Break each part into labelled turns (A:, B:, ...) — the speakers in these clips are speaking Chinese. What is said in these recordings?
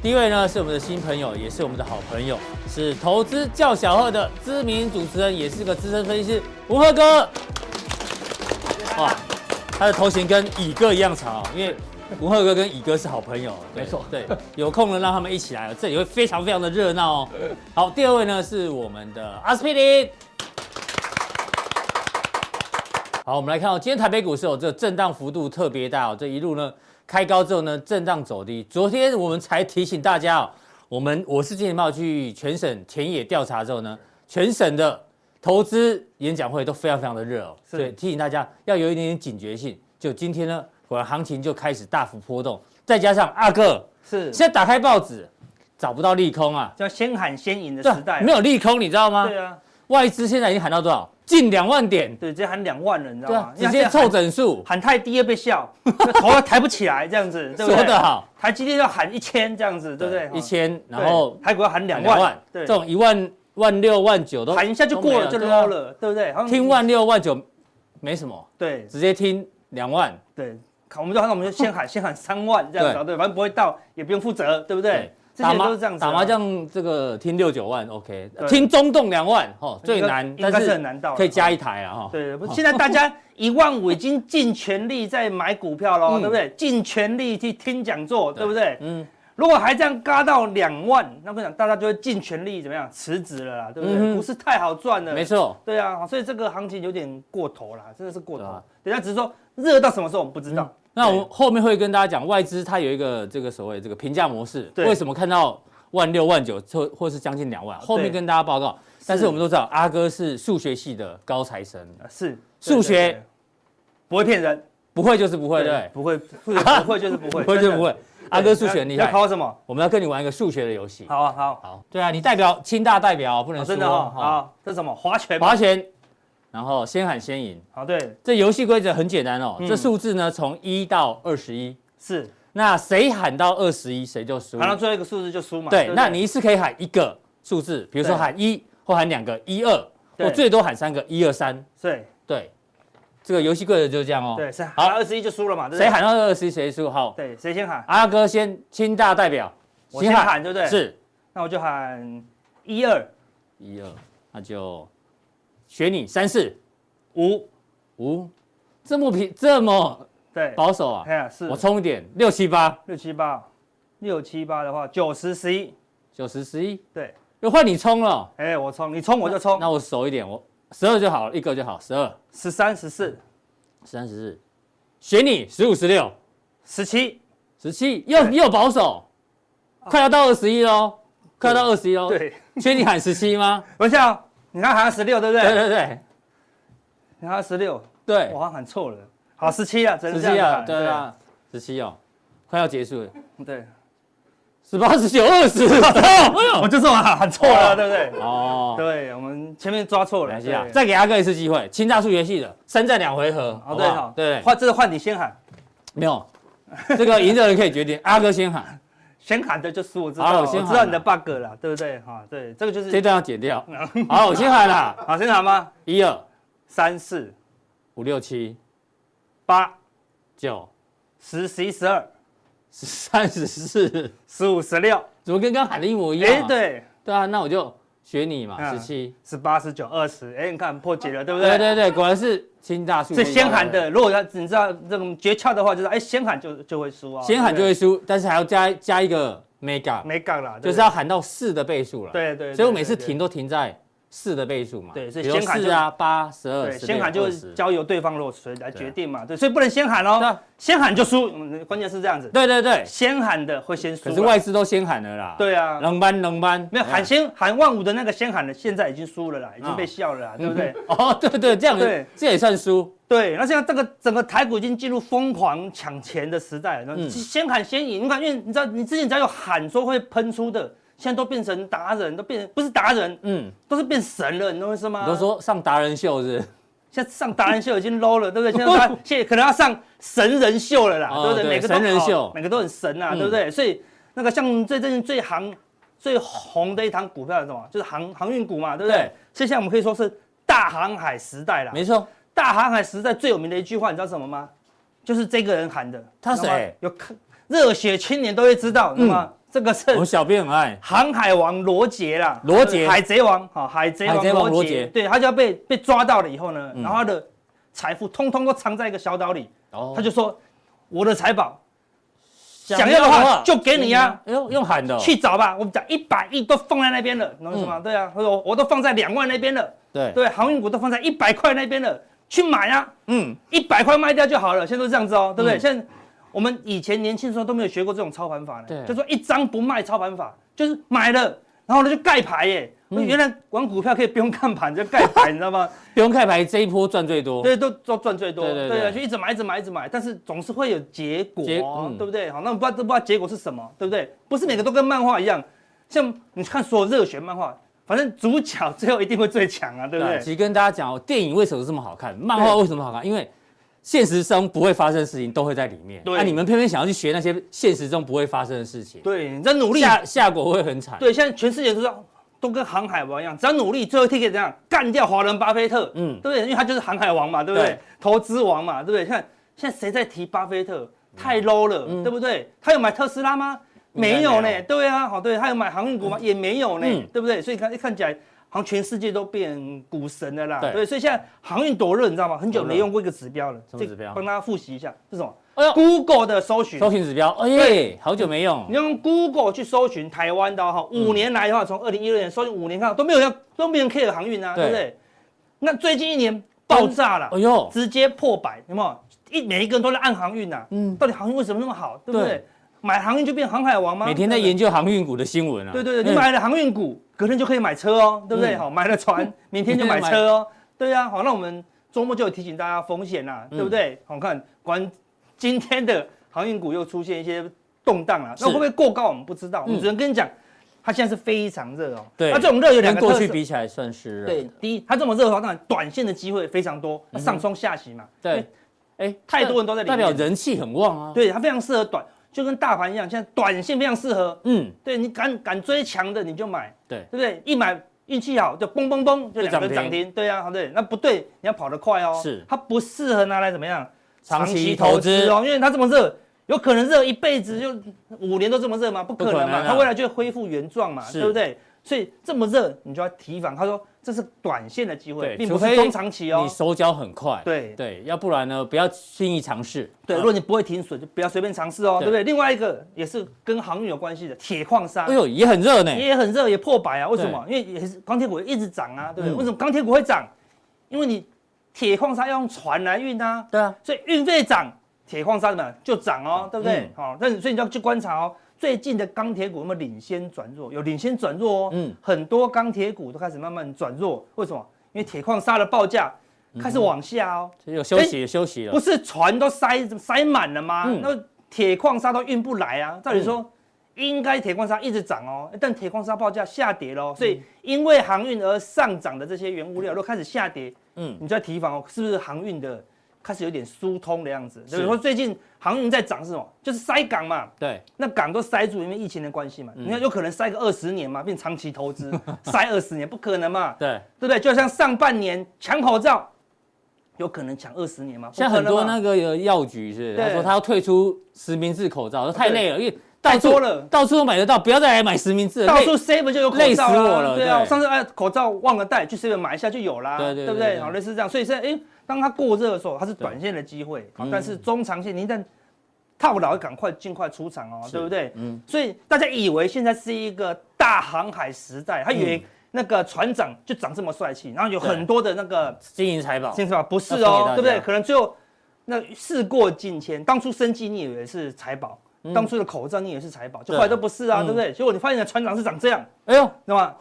A: 第一位呢是我们的新朋友，也是我们的好朋友，是投资叫小贺的知名主持人，也是个资深分析师吴贺哥。哇，他的头衔跟乙哥一样长哦，因为吴贺哥跟乙哥是好朋友。对
B: 没错
A: 对，有空了让他们一起来哦，这里会非常非常的热闹哦。好，第二位呢是我们的阿司匹林。好，我们来看哦，今天台北股市哦，这个震荡幅度特别大哦，这一路呢开高之后呢，震荡走低。昨天我们才提醒大家哦，我们我是金钱豹去全省田野调查之后呢，全省的投资演讲会都非常非常的热哦，所以提醒大家要有一点点警觉性。就今天呢，果然行情就开始大幅波动，再加上阿哥
C: 是
A: 现在打开报纸找不到利空啊，
C: 叫先喊先赢的时代，啊
A: 没有利空，你知道吗？
C: 对啊，
A: 外资现在已经喊到多少？近两万点，
C: 对，直接喊两万人，你知道
A: 对啊
C: 吗？，
A: 直接凑
C: 凑
A: 整数，
C: 喊太低又被笑， 就头又抬不起来，这样子，对不
A: 说
C: 对？
A: 得好。
C: 台积电要喊一千这样子，对不对？
A: 一
C: 哦，
A: 千，
C: 对
A: 然后
C: 台股要喊两
A: 两
C: 万
A: 万，，
C: 对
A: 这，种一万、万六、万九都
C: 喊一下就
A: 都
C: 过
A: 没
C: 了，就
A: 对啊
C: low 了，对不对？好像
A: 听，万六、万九没什么，
C: 对
A: 直接听两万。
C: 对，好我们就好像我们就 先喊先喊三万这样子啊，对，反正不会到，也不用负责，对不对？之
A: 打
C: 前
A: 麻
C: 都是这样子啊，
A: 打麻将这个听六九万 OK，
C: 对
A: 听中动两万哦最难，
C: 应该
A: 但
C: 是
A: 是
C: 很难到了，
A: 可以加一台啊哈。
C: 对，不
A: 哦
C: 现在大家一万五已经尽全力在买股票喽，
A: 嗯
C: 对不对？尽全力去听讲座，对不对？
A: 嗯，
C: 如果还这样嘎到两万，那我跟你讲，大家就会尽全力怎么样辞职了啦，对不对？
A: 嗯哼
C: 不是太好赚了，
A: 没。错，
C: 对啊，所以这个行情有点过头啦，真的是过头
A: 对啊。
C: 人家只是说热到什么时候我们不知道，
A: 嗯那我们后面会跟大家讲，外资它有一个这个所谓这个评价模式，
C: 对
A: 为什么看到万六万九或或是将近两万，后面
C: 对
A: 跟大家报告。但是我们都知道，阿哥是数学系的高材生，
C: 啊是
A: 数学
C: 对对对不会骗人，
A: 不会就是不会，对不对？
C: 不会，数学 不会就是不会，
A: 不会
C: 真
A: 就
C: 的
A: 不会。阿
C: 对
A: 哥数学很厉
C: 要
A: 害
C: 要，考什么？
A: 我们要跟你玩一个数学的游戏。
C: 好啊，好啊，
A: 好，对啊，你代表清大代表不能
C: 好
A: 输
C: 真的哦，
A: 哦。哈
C: 好，这是什么？划拳吗，
A: 划拳，然后先喊先赢。
C: 好，对，
A: 这游戏规则很简单哦，
C: 嗯
A: 这数字呢从一到二十一，
C: 是。
A: 那谁喊到二十一谁就输
C: 喊。到最后一个数字就输嘛。
A: 对
C: 不，
A: 那你一次可以喊一个数字，比如说
C: 对
A: 喊一或喊两个一二，
C: 对
A: 我最多喊三个一二三。
C: 对
A: 对，这个游戏规则就是这样哦。
C: 对是
A: 好
C: 好二十一就输了嘛，对不对
A: 谁？喊到二十一谁输。好，
C: 对，谁先喊？
A: 阿哥先清大代表，
C: 我先喊，对不对？。
A: 是。
C: 那我就喊一二
A: 一二，那就选你三四
C: 五，
A: 五，这么平这么
C: 对，
A: 保守啊
C: 哎！呀是
A: 我冲一点，六七八
C: 六七八，六七八的话九十十一，
A: 九十十一，
C: 对，
A: 又换你冲了，
C: 哎我冲，你冲我就冲，
A: 那我熟一点，我十二就好了，一个就好，十二、
C: 十三十四
A: 十三、十四，选你十五、十六、
C: 十七，
A: 十七，又
C: 对啊
A: 又保守，快要到二十一喽，快要到二十一喽。，
C: 对，
A: 选你喊十七吗？
C: 等一下哦，你看喊十六对不
A: 对
C: 对？
A: 对对
C: 你看十六，
A: 对
C: 我，好像喊错了，好十七啊，只能
A: 十
C: 这样
A: 七
C: 子
A: 啊，
C: 喊
A: 对啊，十七哦，快要结束了，
C: 对，
A: 十八、十九、二 十，哎呦
C: 我就说我喊喊错了，对不对？
A: 哦，
C: 对，我们前面抓错
A: 没
C: 了，
A: 关系啊
C: 对，
A: 再给阿哥一次机会，清大数学系的三战两回合，好
C: 哦
A: 不
C: 对
A: 好
C: 好？
A: 对，
C: 换这是换你先喊。
A: 没有，这个赢的人可以决定，阿哥先喊，
C: 先喊的就输，我知
A: 好
C: 道，
A: 我
C: 我
A: 先
C: 知
A: 喊
C: 道你的
A: 了
C: bug 了，对不对？哈，对，这个就
A: 这
C: 是
A: 段要剪 掉。好，我先喊了，
C: 好，先喊吗？
A: 一二
C: 三四
A: 五六七
C: 八
A: 九
C: 十十一十二
A: 十三十四，
C: 十五十六，
A: 怎么跟刚喊的一模一样
C: 哎，
A: 啊？
C: 对，
A: 对啊，那我就学你嘛，
C: 嗯
A: 十七。
C: 十八十九二十，哎，你看破解了，对不
A: 对
C: 对？
A: 对对，果然是清大数学
C: 是
A: 系。
C: 先喊的，如果要你知道这种诀窍的话，就是哎，先喊就就会输啊，
A: 先喊就
C: 对
A: 会输，但是还要加加一个 mega，
C: 不对没杠啊啦，对不对
A: 就是要喊到四的倍数了。
C: 对对，对
A: 所以我每次
C: 对
A: 停都停在四的倍数嘛。
C: 对所以
A: 比如
C: 先喊就
A: 四啊，八、十二、
C: 对，
A: 十
C: 先
A: 六
C: 喊就
A: 20
C: 是交由对方落水
A: 对啊
C: 来决定嘛，对，所以不能先喊
A: 对
C: 哦
A: 啊，
C: 先喊就输，嗯关键是这样子，
A: 对对对，
C: 先喊的会先输
A: 可
C: 啦，
A: 是外资都先喊了啦。
C: 对啊，
A: 冷班冷班，
C: 没有喊
A: 嗯
C: 先喊万五的那个先喊的，现在已经输了啦，已经被笑了啦，对不对？？
A: 哦，对对，这样
C: 对
A: 这也算输。
C: 对，那现在这个整个台股已经进入疯狂抢钱的时代了，那
A: 嗯
C: 先喊先赢，你看，因为你知道你之前只要有喊说会喷出的，现在都变成达人，都变不是达人，
A: 嗯，
C: 都是变神了，你懂我意思吗？
A: 你都说上达人秀是不是？
C: 现在上达人秀已经 low 了，对不对？现在他现在可能要上神人秀了啦，
A: 哦
C: 对不对？
A: 对
C: 每个都
A: 神人
C: 好
A: 秀
C: 每个都很神啊，
A: 嗯
C: 对不对？所以那个像最近最行、最红的一堂股票是什么？就是航航运股嘛，对不对？
A: 对
C: 所以现在我们可以说是大航海时代啦。
A: 没错，
C: 大航海时代最有名的一句话，你知道什么吗？就是这个人喊的。
A: 他谁嗯
C: 知道吗？有看热血青年都会知道，那么、这个
A: 我们
C: 是
A: 小编很爱，
C: 航海王罗杰啦，
A: 罗杰
C: 海贼王，哈，海贼
A: 海贼王
C: 王罗
A: 罗杰嗯
C: 杰，对他就要被被抓到了以后呢，然后他的财富通通都藏在一个小岛里，
A: 哦
C: 他就说我的财宝
A: 想
C: 想
A: 要
C: 要
A: 的
C: 的
A: 话
C: 话就给你啊呀、
A: 哎呦，用喊的哦，
C: 去找吧，我们讲一百亿都放在那边
A: 嗯
C: 了，你懂什么？对啊，他说我都放在两万那边了，
A: 对，
C: 对，航运股都放在一百块那边了，去买啊呀、
A: 嗯，
C: 一百块卖掉就好了，现在都这样子哦，对不对？
A: 嗯
C: 现在我们以前年轻的时候都没有学过这种操盘法呢，
A: 对
C: 就说一张不卖操盘法，就是买了，然后呢就盖牌耶。我
A: 嗯
C: 原来玩股票可以不用看盘就盖 牌，你知道吗？
A: 不用开牌，这一波赚最多，
C: 对，都都赚最多，
A: 对对
C: 啊，
A: 对
C: 就一直买，一直买，一直买，但是总是会有结果，哦
A: 结嗯
C: 对不对？好，那我们不知道都不知道结果是什么，对不对？不是每个都跟漫画一样，像你看所有热血漫画，反正主角最后一定会最强啊，对不
A: 啊
C: 对？
A: 其实跟大家讲哦，电影为什么这么好看，漫画为什么好看？因为现实中不会发生的事情都会在里面，啊
C: 对
A: 那、你们偏偏想要去学那些现实中不会发生的事情，
C: 对，你在努力
A: 下下果会很惨。
C: 对，现在全世界都是都跟航海王一样，只要努力，最后一天可以怎样干掉华人巴菲特，
A: 嗯
C: 嗯，对不对？因为他就是航海王嘛，对不对？
A: 对
C: 投资王嘛，对不对？看现在谁在提巴菲
A: 嗯
C: 特，太 low 了，对不对？他有买特斯拉吗？
A: 应该
C: 没有
A: 没
C: 呢
A: 有，
C: 对啊，好，对，他有买航运股吗？也没有呢
A: 嗯，
C: 对不对？所以看看起来。好像全世界都变股神了啦，
A: 对
C: 对，所以现在航运多热，你知道吗？很久
A: 多热
C: 没用过一个指标了，
A: 什么指标
C: 这帮大家复习一下是什么
A: 哎呦，
C: ？Google 的搜寻，
A: 搜寻指标，哎耶，好久没用
C: 你，用 Google 去搜寻台湾的哈、五
A: 嗯
C: 年来的话，从二零一六年搜寻五年看都没有要都没有人 care 航运啊，
A: 对
C: 对不对？那最近一年爆炸了，
A: 哎呦，
C: 直接破百，有没有？一每一个人都在按航运呐、啊，
A: 嗯
C: 嗯，到底航运为什么那么好，对不对？
A: 对
C: 买航运就变航海王吗？
A: 每天在
C: 对不对
A: 研究航运股的新闻啊，
C: 对对对，
A: 嗯
C: 你买了航运股，隔天就可以买车哦，对不对？
A: 嗯
C: 好，买 了船，明天就买车哦。对啊，好，那我们周末就有提醒大家风险啦，
A: 嗯
C: 对不对？好看，管今天的航运股又出现一些动荡了，
A: 是
C: 那会不会过高？我们不知道，我
A: 嗯
C: 们只能跟你讲，它现在是非常热哦。
A: 对
C: 那这种热有两
A: 跟
C: 个
A: 过
C: 特
A: 去
C: 色
A: 比起来算是热
C: 对，第一，它这么热的话，当然短线的机会非常多，它上冲下洗嘛。因为
A: 对，哎，
C: 太多人都在里
A: 代
C: 面
A: 表人气很旺啊，，
C: 对，它非常适合短，就跟大盘一样，现在短线非常适合。
A: 嗯，
C: 对你敢敢追强的你就买，
A: 对
C: 对不对？一买运气好就嘣嘣嘣就两
A: 就涨
C: 根
A: 停
C: 涨停，对啊，好对，那不对，你要跑得快哦，
A: 是
C: 它不适合拿来怎么样
A: 长期投资，
C: 哦，因为它这么热，有可能热一辈子就五年都这么热吗？不可能
A: 不可能
C: 嘛，
A: 啊
C: 它未来就会恢复原状嘛，
A: 是
C: 对不对？所以这么热你就要提防，他说这是短线的机会，
A: 对，
C: 并
A: 除
C: 不是
A: 非
C: 中长期哦
A: 你。手脚很快，
C: 对
A: 对，要不然呢，不要轻易尝试，
C: 对，
A: 啊
C: 如果你不会停损，就不要随便尝试哦，
A: 对
C: 对不对？另外一个也是跟航运有关系的铁矿砂，
A: 哎呦，也很热呢，
C: 啊也很热，也破百啊。为什么？因为也是钢铁股一直涨啊，对不对？
A: 嗯
C: 为什么钢铁股会涨？因为你铁矿砂要用船来运啊，
A: 对啊，
C: 所以运费涨，铁矿砂怎么样就涨
A: 嗯
C: 哦，对不对？好、但是所以你就要去观察哦，最近的钢铁股有没有领先转弱？有领先转弱哦，
A: 嗯
C: 很多钢铁股都开始慢慢转弱，为什么？因为铁矿砂的报价开始往下哦，
A: 有休息也休息了
C: 不，是船都塞塞满了吗？
A: 嗯
C: 那铁矿砂都运不来啊。照理说，应该铁矿砂一直涨哦，但铁矿砂报价下
A: 嗯
C: 跌喽，所以因为航运而上涨的这些原物料都开始下跌，
A: 嗯
C: 嗯，你就要提防哦，是不是航运的开始有点疏通的样子？
A: 是
C: 所以说最近航运在涨是什么？就是塞港嘛。
A: 对，
C: 那港都塞住，因为疫情的关系嘛，
A: 嗯
C: 你看有可能塞个二十年嘛，变长期 投资，塞二十年不可能嘛，
A: 对，
C: 对不对？就像上半年抢口罩，有可能抢二十年吗？不
A: 像很
C: 可能
A: 多
C: 嘛
A: 那个有药局是，
C: 对
A: 他说他要退出实名制口罩，太累了，因为到处
C: 啊太多了
A: 到处都买得到，不要再来买实名制了，
C: 到
A: 累
C: 处 seven 就有口罩
A: 累死我了
C: 对啊，
A: 对
C: 我上次哎口罩忘了带，去 seven 买一下就有啦，
A: 对对对
C: 不
A: 对
C: 对？
A: 对
C: 好，类似这样，所以现在哎，当它过热的时候，它是短线的机会，
A: 嗯
C: 好但是中长线你一旦套牢，赶快尽快出场哦，对不对？
A: 嗯
C: 嗯，所以大家以为现在是一个大航海时代，他以为
A: 嗯
C: 那个船长就长这么帅气，然后有很多的那个
A: 金银财宝，
C: 金什么？不
A: 要送
C: 是
A: 给
C: 哦
A: 大家，
C: 对不对？可能最后那事过境迁，当初生计你以为是财宝，当初的口罩你以为是财宝，就后来都不是啊，
A: 嗯哎
C: 对不对？结果你发现你的船长是长这样，
A: 哎呦，
C: 那么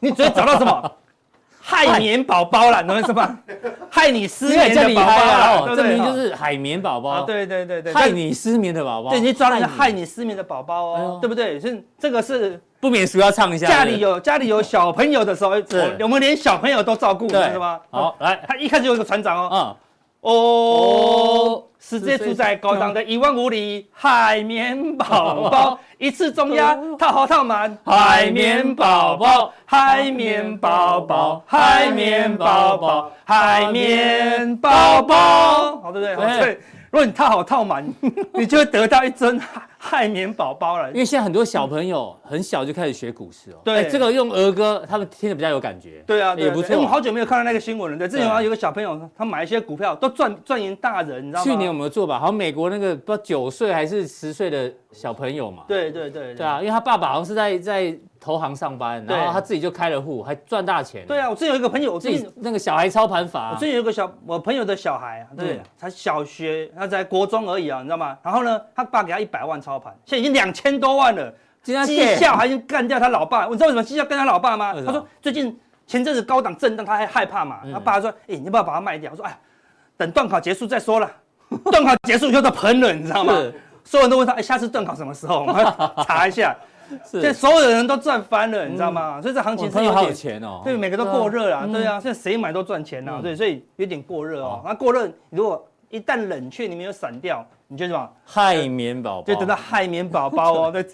C: 你只会找到什么害眠宝宝啦，懂我意思吗？害你失
A: 这个
C: 眠
A: 也叫
C: 的
A: 厉
C: 宝宝
A: 害啊！
C: 啦，
A: 哦
C: 对不
A: 这
C: 对
A: 名就是海绵宝
C: 啊，
A: 宝，
C: 对对对对，
A: 害
C: 对，
A: 你失眠的宝宝。
C: 对，你抓到
A: 害
C: 那个害你失眠的宝宝
A: 哎呦
C: 哦，对不对？所以这个是
A: 不免俗要唱一下。
C: 家
A: 对
C: 里
A: 不对
C: 有家里有小朋友的时候，
A: 是
C: 我我们连小朋友都照顾，
A: 对
C: 是啊吗？
A: 好来，
C: 他一开始有一个船长哦，
A: 嗯，
C: 哦
A: 哦，
C: 世界住在高档的一万五里，海绵宝宝一次中压套好套满，
A: 海绵宝宝，
C: 海绵宝宝，海绵宝宝，海绵宝宝，好对不对？
A: 对
C: 好对，如果你套好套 满，你就会得到一针海 海绵宝宝了哎
A: 因。为现在很多小朋友很小就开始学古诗哦。
C: 对
A: 哎这个用儿歌，他们听得比较有感觉。
C: 对啊，对
A: 也
C: 啊
A: 不
C: 对啊因为我
A: 错。
C: 好久没有看到那个新闻了。对，之啊前好像有个小朋友，他买一些股票都赚赚赢大人，你知道吗？
A: 去年我们有做吧，好像美国那个不知道九岁还是十岁的小朋友嘛。
C: 对对对
A: 对啊，因为他爸爸好像是在在投行上班，
C: 对
A: 然后他自己就开了户，还赚大钱。
C: 对，啊！我之前有一个朋友，我
A: 自
C: 最近
A: 己那个小孩操盘法
C: 我
A: 啊。
C: 最近有个小我朋友的小孩啊，对
A: 嗯，
C: 才小学，他才国中而已啊，你知道吗？然后呢，他爸给他一百万操盘，现在已经两千多万了，
A: 今天
C: 绩效还是干掉他老爸。你知道为什么绩效干掉他老爸吗
A: 为什？么嗯
C: 他说最近前阵子高档震荡，他还害怕嘛。他爸说：“哎，你要不要把它卖掉？”我说：“哎，等段考结束再说啦。段考结束以后就喷了，你知道吗
A: 是？”
C: 所有人都问他：“哎，下次段考什么时候？”我们要查一下。
A: 是嗯
C: 现在所有的人都赚翻了，你知道吗？所以这行
A: 我
C: 情是
A: 朋友
C: 有
A: 好有
C: 点
A: 钱哦。
C: 对，每个都过热啦，
A: 嗯
C: 对啊，现在谁买都赚钱啦
A: 嗯，
C: 对，所以有点过热哦
A: 好。
C: 那过热，如果一旦冷却，你没有散掉，你就什
A: 哦
C: 么？
A: 海绵宝宝。
C: 就等到海绵宝宝 哦。对，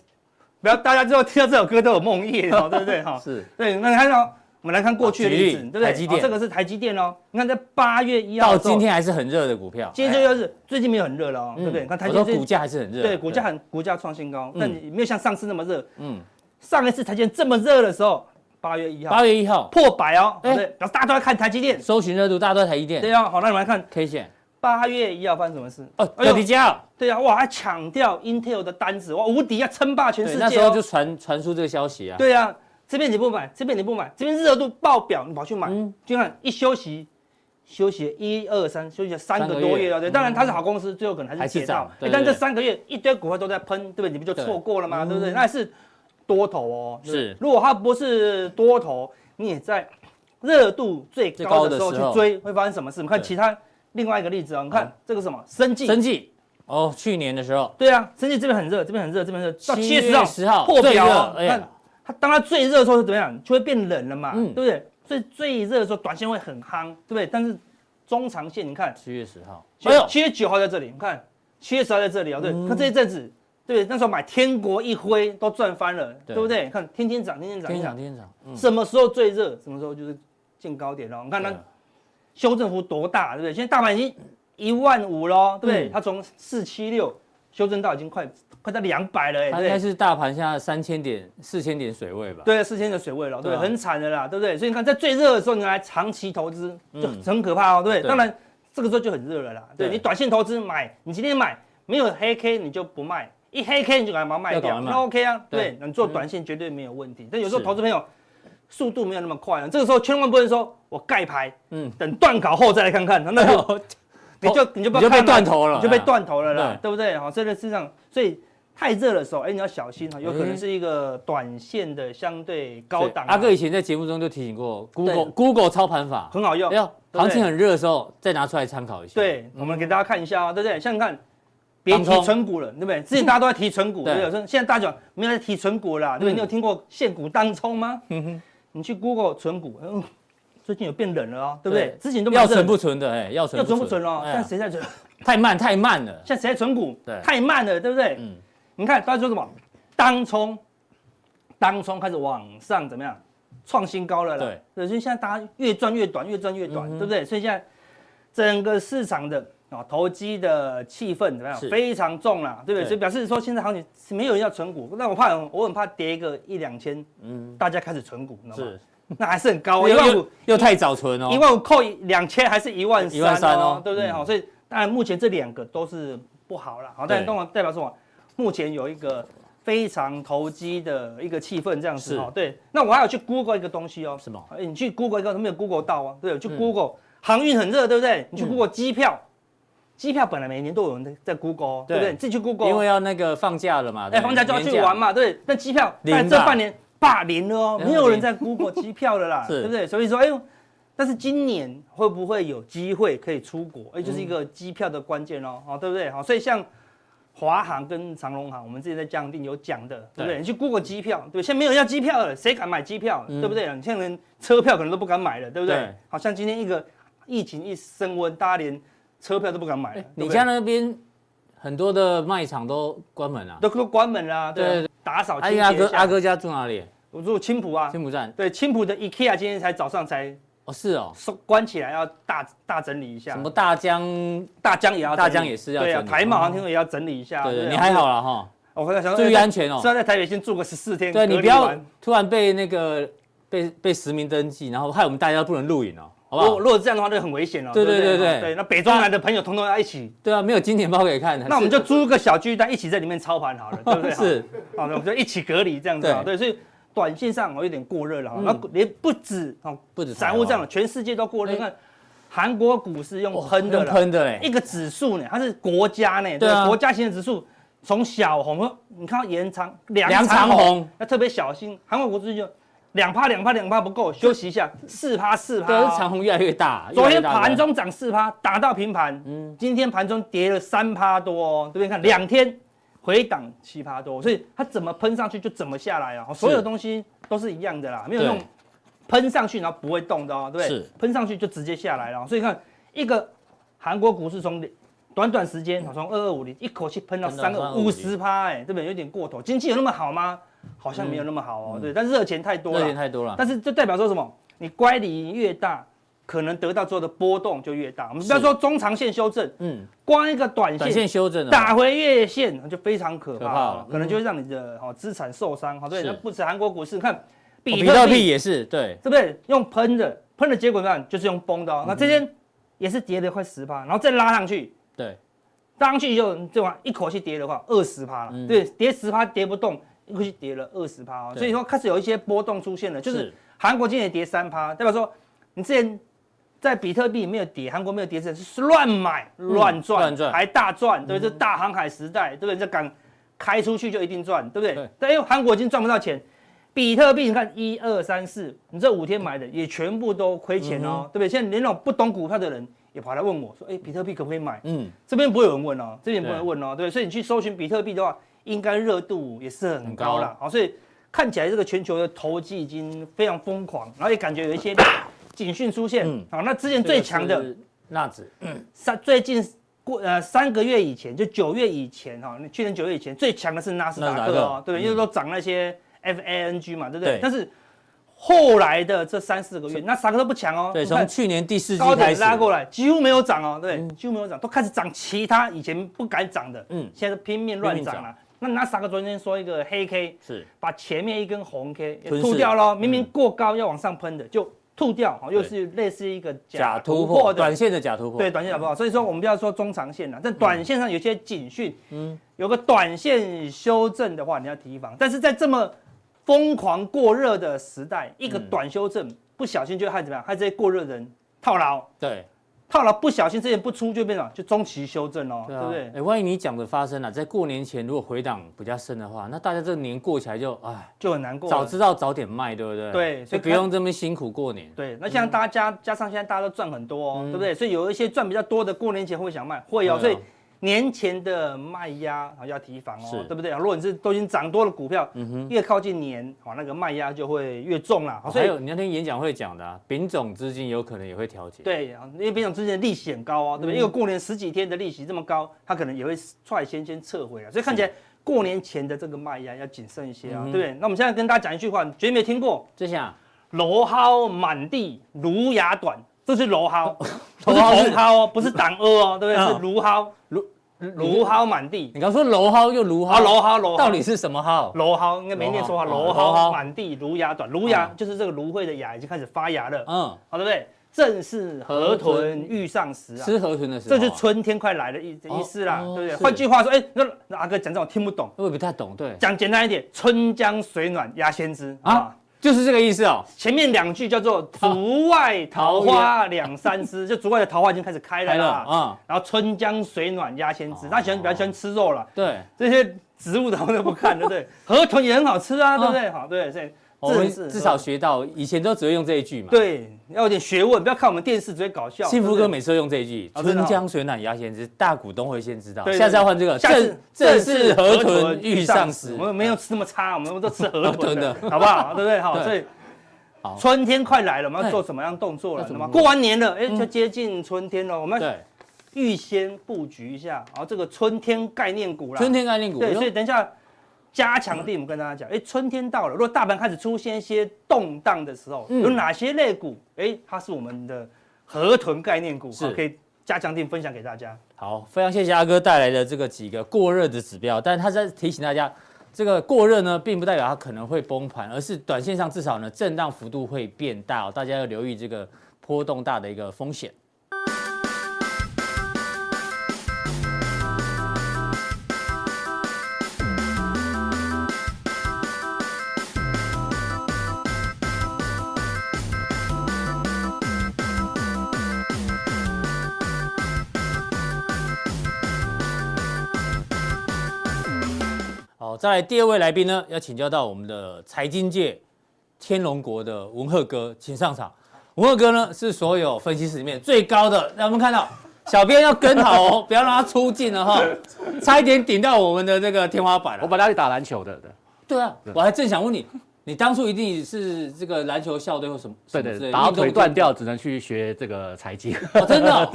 C: 不要大家之后听到这首歌都有梦魇哦，对不对哈？
A: 是
C: 对，那你看到我们来看过去的
A: 好举例
C: 例子，对不对？
A: 台积电
C: 好这个是台积电哦，你看在八月一
A: 到
C: 号的时候
A: 今，天还是很热的股票。
C: 今天就是最近没有很热了哦，对不
A: 嗯
C: 对？你看台
A: 我
C: 积
A: 说
C: 电
A: 股
C: 最
A: 价还是很热。
C: 对股价很股价创新高，但你没有像上次那么热。
A: 嗯。
C: 上一次台积电这么热的时候，八月一号
A: 八月一号，
C: 破百哦，
A: 哎
C: 对，然后大家都在看台积电。
A: 搜寻热度大家都在台积电
C: 对啊，好，那你们来看
A: K 线，
C: 八月一号发生什么事？
A: 哦，
C: 哎
A: 标
C: 呦
A: 题价哦，
C: 对啊，哇，还抢掉 Intel 的单子，哇，无敌要啊称霸全
A: 对，
C: 世
A: 那
C: 界
A: 时候就
C: 哦。
A: 传传出这个消息啊，
C: 对啊，这边你不买，这边你不买，这边热度爆表，你跑去买，
A: 嗯
C: 就看一休息。休息一二三，休息了三
A: 三
C: 个
A: 个
C: 多
A: 月嗯
C: 月了，对，当然它是好公司，最后可能还
A: 还
C: 是
A: 是
C: 跌到
A: 涨，对
C: 哎但
A: 对
C: 这
A: 对
C: 三个月一堆股票都在喷，对不对？你不就
A: 对
C: 错过了吗？对不对？那是多头哦，对不对
A: 是
C: 如果它不是多头，你也在热度最
A: 最
C: 高
A: 高
C: 的
A: 的
C: 时候
A: 时
C: 去
A: 候
C: 追，会发生什么事？我们看
A: 对
C: 其他另外一个例子啊，你看
A: 好
C: 这个什么生技，
A: 生计，哦，去年的时候，
C: 对啊，生技这边很热，这边很热，这边很热，到七月十号
A: 10号
C: 破表哦。
A: 最热哎呀
C: 那它当它最热的时候是怎么样？就会变冷了嘛，
A: 嗯
C: 对不对？所以最热的时候，短线会很夯，对不对？但是中长线，你看，
A: 七月十号，哎
C: 哎
A: 呦，
C: 七月九号在这里，你看七月十号在这里啊、对，那、这一阵子，对，那时候买天国一辉都赚翻了，
A: 对
C: 对不对？看天天涨，天天涨，
A: 天
C: 天天
A: 涨
C: 涨，
A: 天涨，嗯，
C: 什么时候最热？什么时候就是见高点了。你看它
A: 对
C: 修正幅多大，对不对？现在大盘已经一万五喽，对不对？
A: 嗯
C: 它从四七六修正到已经快快到两百了，哎，
A: 它
C: 对
A: 应该
C: 不对。
A: 是大盘现在三千点、四千点水位吧，
C: 对，四千的水位了，对不
A: 对啊
C: 对，很惨的啦，对不对？所以你看，在最热的时候，你来长期投资就
A: 嗯
C: 很可怕哦，对不
A: 对
C: 对？当然，这个时候就很热了啦。对
A: 对
C: 你短线投资买，你今天买没有黑 K 你就不卖，一黑 K 你就把它卖
A: 要赶
C: 掉，
A: 快卖
C: 那 OK 啊，
A: 对嗯
C: 对，你做短线绝对没有问题。但有时候
A: 是
C: 投资朋友速度没有那么快啊，这个时候千万不能说我盖牌，
A: 嗯哎
C: 嗯，等断考后再来看看，那就你就你就不
A: 你就被
C: 看
A: 断头了哎
C: 你就被断头了啦
A: 对，
C: 对不对？好，这个市场，所以太热的时候，哎，你要小心啊，有可
A: 哎
C: 能是一个短线的相对高
A: 对
C: 档啊，
A: 阿哥以前在节目中就提醒过，Google
C: 对
A: Google 操盘法，
C: 很好用
A: 哎。呦，
C: 对
A: 行情很热的时候再拿出来参考一下，嗯
C: 对，我们给大家看一下啊，对不对？像你看，别
A: 当
C: 提
A: 冲
C: 存股了，对不对？之前大家都在提 存股，
A: 对
C: 对不对？我说现在大家没有在提存股啦，对不对？
A: 嗯
C: 你有听过现股当冲吗？你去 Google 存股，嗯，最近有变冷了哦，对不对？之前都没有
A: 要存
C: 冷
A: 不存的，哎，要存
C: 要存不存哦？
A: 哎呀
C: 但谁在存？
A: 太慢太慢了，
C: 现在谁在存股
A: 对？
C: 太慢了，对不对？
A: 嗯
C: 你看大家说什么？当冲，当冲开始往上怎么样？创新高了啦。
A: 对，
C: 所以现在大家越赚越短，越赚越短，
A: 嗯哼
C: 对不对？所以现在整个市场的啊投机的气氛怎么样
A: 是？
C: 非常重啦，对不对？
A: 对
C: 所以表示说现在行情是没有人要存股，那我怕我很怕跌个一两千，
A: 嗯，
C: 大家开始存股，你知道吗
A: 是，
C: 那还是很高哦，一
A: 又
C: 万五
A: 又又太早存哦，
C: 一万五扣两千还是一万三？
A: 13,000哦
C: 哦，对不对？好、所以当然目前这两个都是不好了。好，但
A: 对
C: 当然代表什么？目前有一个非常投机的一个气氛，这样子
A: 是
C: 哦。对，那我还有去 Google 一个东西哦。
A: 什么
C: 哎？你去 Google 一个，没有 Google 到啊？对，我去
A: 嗯
C: Google、航运很热，对不对？你去
A: 嗯
C: Google 机票，机票本来每年都有人在在 Google，哦
A: 对
C: 对不对？你自己去 Google，
A: 因为要那个放假了嘛，
C: 哎，
A: 对
C: 放假就要去
A: 年假
C: 玩嘛，对，那机票
A: 零吧
C: 但这半年霸凌了哦，
A: 零
C: 没有人在 Google 机票了 啦，
A: 是
C: 对不对？所以说，哎呦，但是今年会不会有机会可以出国？哎，就是一
A: 嗯
C: 个机票的关键哦，好、对不对？好，所以像华航跟长荣航，我们之前在江定有讲的，对不
A: 对
C: 对？你去 Google 机票，对不对，现在没有人要机票了，谁敢买机票了，对不对？你现在连车票可能都不敢买了，对不对？
A: 嗯对
C: 好像今天一个疫情一升温，大家连车票都不敢买了。对
A: 哎你
C: 不对
A: 家那边很多的卖场都关门了、啊。
C: 都都关门啦、对啊
A: 对对
C: 打扫
A: 阿
C: 清洁
A: 英阿
C: 一
A: 哥
C: 下。
A: 阿哥家住哪里？
C: 我住青浦啊，
A: 青浦站。
C: 对，青浦的 IKEA 今天才早上才
A: 哦，是哦。
C: 收关起来，要大大整理一下。
A: 什么大江？
C: 大江也要整理，
A: 大江也是要
C: 对啊，
A: 整理
C: 台贸航天也要整理一下。
A: 对对，
C: 啊
A: 你还好，了哈。
C: 我刚才想说
A: 注意
C: 哎
A: 安全哦
C: 是要在台北先住个十四天，
A: 对你
C: 隔
A: 不
C: 离
A: 要
C: 完
A: 突然被那个被被实名登记，然后害我们大家不能录影哦，好
C: 如果
A: 不好？
C: 如果这样的话，就很危险了。
A: 对
C: 对
A: 对
C: 不
A: 对对
C: 对，那北中南的朋友通通要一起，
A: 对啊，没有金钱包可以看的。
C: 那我们就租个小巨蛋，一起在里面操盘好了，对不对？
A: 是
C: 好的，我们就一起隔离这样子啊。
A: 对
C: 对，所以短线上我有点过热了啊，那连不止哦，
A: 不止台湾
C: 散户这样了，全世界都过热。
A: 哎
C: 你看韩国股市用喷的
A: 用
C: 了，
A: 喷的
C: 一
A: 嘞，
C: 个指数呢，它是国家呢，
A: 对
C: 对
A: 啊
C: 国家型的指数。从小红，你看到延长
A: 梁
C: 梁
A: 长
C: 长
A: 虹
C: 红，要特别小心。韩国股市就两趴、两趴、两趴不够，休息一下，四趴、四趴
A: 对，
C: 哦。
A: 长虹越来越大。
C: 昨
A: 越
C: 天
A: 来越大
C: 盘中涨四趴，打到平盘。嗯，今天盘中跌了三趴多哦，这边看两天回档七趴多，所以它怎么喷上去就怎么下来啊！所有东西都是一样的啦，没有那种
A: 对
C: 喷上去然后不会动的哦，对不对
A: 是？
C: 喷上去就直接下来了，所以看一个韩国股市从短短时间哦从二二五零一口气喷到
A: 喷到
C: 三二五十趴，哎，这边有点过头。经济有那么好吗？好像没有那么好哦，对，但是热钱太多了，
A: 热钱啊太多了。
C: 但是这代表说什么？你乖离越大，可能得到之后的波动就越大。我们不要说中长线修正，
A: 嗯，
C: 光一个短
A: 短线
C: 线
A: 修正了。哦
C: 打回月线那就非常可
A: 可怕
C: 怕
A: 了
C: 了，可能就会让你的哦资产受伤。好，对，
A: 是
C: 那不止韩国股市，看
A: 哦
C: 比
A: 比特
C: 特
A: 币
C: 币，
A: 也是对，
C: 对不对？用喷的，喷的结果怎么样？就是用崩的哦。
A: 嗯
C: 那这边也是跌了快十趴，然后再拉上去，
A: 对，
C: 拉上去就这样一口气跌的话，二十趴了。对，跌十趴跌不动，一口气跌了二十趴哦。
A: 嗯对
C: 所以说开始有一些波动出现了，就是
A: 是
C: 韩国今年跌三趴，代表说你之前在比特币没有跌，韩国没有跌之前是乱买乱赚，
A: 嗯乱赚
C: 还大赚，对不对？这大航海时代，对不对？这敢开出去就一定赚，对不对？
A: 对
C: 但因为韩国已经赚不到钱，比特币你看一二三四，你这五天买的也全部都亏钱
A: 嗯
C: 哦，对不对？现在连那种不懂股票的人也跑来问我说：“哎，比特币可不可以买？”
A: 嗯，
C: 这边不会有人问哦，这边不会有人问哦，对，所以你去搜寻比特币的话，应该热度也是很高
A: 很
C: 啦。哦好，所以看起来这个全球的投机已经非常疯狂，然后也感觉有 一些警讯出现哦
A: 嗯。
C: 好，那之前最强
A: 这个
C: 的嗯
A: 是纳指，
C: 三最近过呃三个月以前，就九月以前哈，你去年九月以前最强的是纳斯达
A: 纳斯达
C: 克
A: 克嗯
C: 哦，对，因为都涨那些 FANG 嘛，对不
A: 对
C: 对？但是后来的这三四个月，纳斯达克都不强哦。
A: 对，
C: 你看
A: 从去年第四季
C: 高
A: 开
C: 点
A: 始
C: 拉过来，几乎没有涨哦，对，几乎没有涨，都开始涨其他以前不敢涨的，
A: 嗯
C: 嗯，现在都拼命乱涨
A: 拼命
C: 了。那纳斯达克昨天说一个黑 K，
A: 是
C: 把前面一根红 K 也
A: 吞噬嗯
C: 吐掉了，明明过高要往上喷的就吐掉，哦又是类似一个
A: 假
C: 假
A: 突
C: 突
A: 破，嗯
C: 破的
A: 短线的假突破，
C: 对，短线好不好？所以说我们不要说中长线了，但短线上有些警讯，嗯，有个短线修正的话，你要提防。但是在这么疯狂过热的时代，一个
A: 嗯
C: 短修正不小心就会害怎么样？害这些过热的人套牢。
A: 对，
C: 套牢不小心之前不出就变成就中期修正哦，
A: 对
C: 对
A: 啊
C: 不，对？
A: 哎，万一你讲的发生了，在过年前如果回档比较深的话，那大家这个年过起来就哎，
C: 就很难过了。
A: 早知道早点卖，对不对？
C: 对
A: 所
C: 所
A: 以
C: 以
A: 不用这么辛苦过年。
C: 对，那像大家、加上现在大家都赚很多哦，
A: 嗯
C: 对不对？所以有一些赚比较多的，过年前会想卖，会哦。
A: 对
C: 所
A: 啊
C: 以年前的卖压啊要提防
A: 是嗯
C: 哦，对不对？如果你是都已经涨多的股票，越靠近年，好那个卖压就会越重啦。好哦所
A: 哦还
C: 以
A: 有你那天演讲会讲的、啊，丙种资金有可能也会调节。，
C: 对，因为别讲之前利息很高
A: 嗯
C: 哦，对不对？因为过年十几天的利息这么高，它可能也会率先先撤回来，啊所以看起来过年前的这个卖压要谨慎一
A: 嗯
C: 些啊，对不对？那我们现在跟大家讲一句话，你绝对没听过。
A: 这下
C: 蒌蒿满地芦芽短，这是蒌蒿， 不是
A: 蒌蒿哦是
C: 茼蒿哦，不是党阿哦，对不
A: 嗯
C: 对？是芦蒿，芦芦蒿满地，
A: 你刚说蒌蒿又芦蒿，
C: 啊，蒌蒿，蒌蒿，
A: 到底是什么蒿？
C: 蒌蒿应该没念错啊，
A: 蒌蒿
C: 蒌
A: 蒌蒿
C: 蒿满地芦芽短，芦芽
A: 嗯
C: 就是这个芦荟的芽已经开始发芽了，
A: 嗯，
C: 好，对不对？正是
A: 河
C: 河
A: 豚
C: 豚欲上时啊，
A: 吃河豚的时候
C: 这
A: 啊，
C: 就是春天快来的意
A: 哦
C: 意思啦，
A: 哦
C: 对不
A: 是
C: 对？换句话说，哎，那那阿哥讲这种我听不懂，
A: 我也不太懂，对，
C: 讲简单一点，春江水暖鸭先知啊
A: 啊。，就是这个意思哦。
C: 前面两句叫做“竹外
A: 桃
C: 桃花两 三枝”，就竹外的桃花已经开始开了
A: 开了
C: 啦。
A: 啊，
C: 然后“春江水暖鸭先知”，他喜欢比较喜欢吃肉了，
A: 对，
C: 这些植物他们都不看，对不对？河豚也很好吃啊，
A: 嗯
C: 对不对？好，对，所以
A: 我们
C: 正是
A: 至少学到，以前都只会用这一句嘛。，
C: 对，要有点学问，不要看我们电视只会搞笑。
A: 幸福
C: 对
A: 哥
C: 不对
A: 每次都用这一句：“
C: 哦真的
A: 春
C: 哦
A: 江水暖鸭先知，大股东会先知道。”
C: 对对
A: 下次要换这个，
C: 下次
A: 正正是河豚欲上时
C: 我。们没有吃那么差，我们都吃河
A: 真
C: 豚
A: 的
C: 的，好不好？ 对不对？好，
A: 对
C: 所以
A: 好
C: 春天快来了，我们要
A: 对
C: 做什么样动作了？
A: 那怎
C: 那
A: 么办
C: 么过完年了，哎，就接近春天了，我们要
A: 对，
C: 预先布局一下，好，这个春天概念股啦。
A: 春天概念股。
C: 对，所以等一下加强地，我们跟大家讲，哎，春天到了，如果大盘开始出现一些动荡的时候，
A: 嗯
C: 有哪些类股？哎，它是我们的河豚概念股，
A: 是
C: 好可以加强地分享给大家。
A: 好，非常谢谢阿哥带来的这个几个过热的指标，但他在提醒大家，这个过热呢，并不代表它可能会崩盘，而是短线上至少呢，震荡幅度会变大、哦，大家要留意这个波动大的一个风险。好，再来第二位来宾呢，要请教到我们的财经界天龙国的文鹤哥，请上场。文鹤哥呢是所有分析师里面最高的，让我们看到小编要跟好哦，不要让他出镜了哈，差一点顶到我们的这个天花板了
B: 我。本来是打篮球的，对
A: 对啊，我还正想问你，你当初一定是这个篮球校队或什么
B: 对
A: 什么之类
B: 对，
A: 的
B: 打到
A: 运动
B: 腿断
A: 队
B: 掉，只能去学这个 财经，
A: 哦，真 的哦、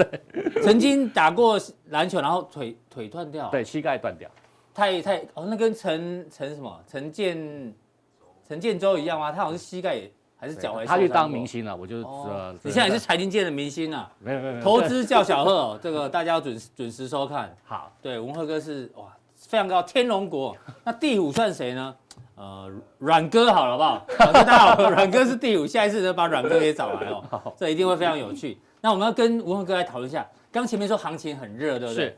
A: 曾经打过篮球，然后腿腿断掉，，
B: 对，膝盖断掉，
A: 太太哦，那跟陈陈什么陈建陈建州一样吗？他好像是膝盖也还是脚踝，
B: 他去当明。星了，我就呃
A: 哦，，你现在也是财经界的明星啊！
B: 没有没有没有
A: 投资叫小贺哦，这个大家要准时准时收看。
B: 好，
A: 对，文鹤哥是哇非常高，天龙国。那第五算谁呢？呃，阮哥好了，好不好？阮哥大家好，阮哥是第五，下一次就把阮哥也找来哦，这一定会非常有趣。那我们要跟文鹤哥来讨论一下，刚前面说行情很热，对不对？
B: 是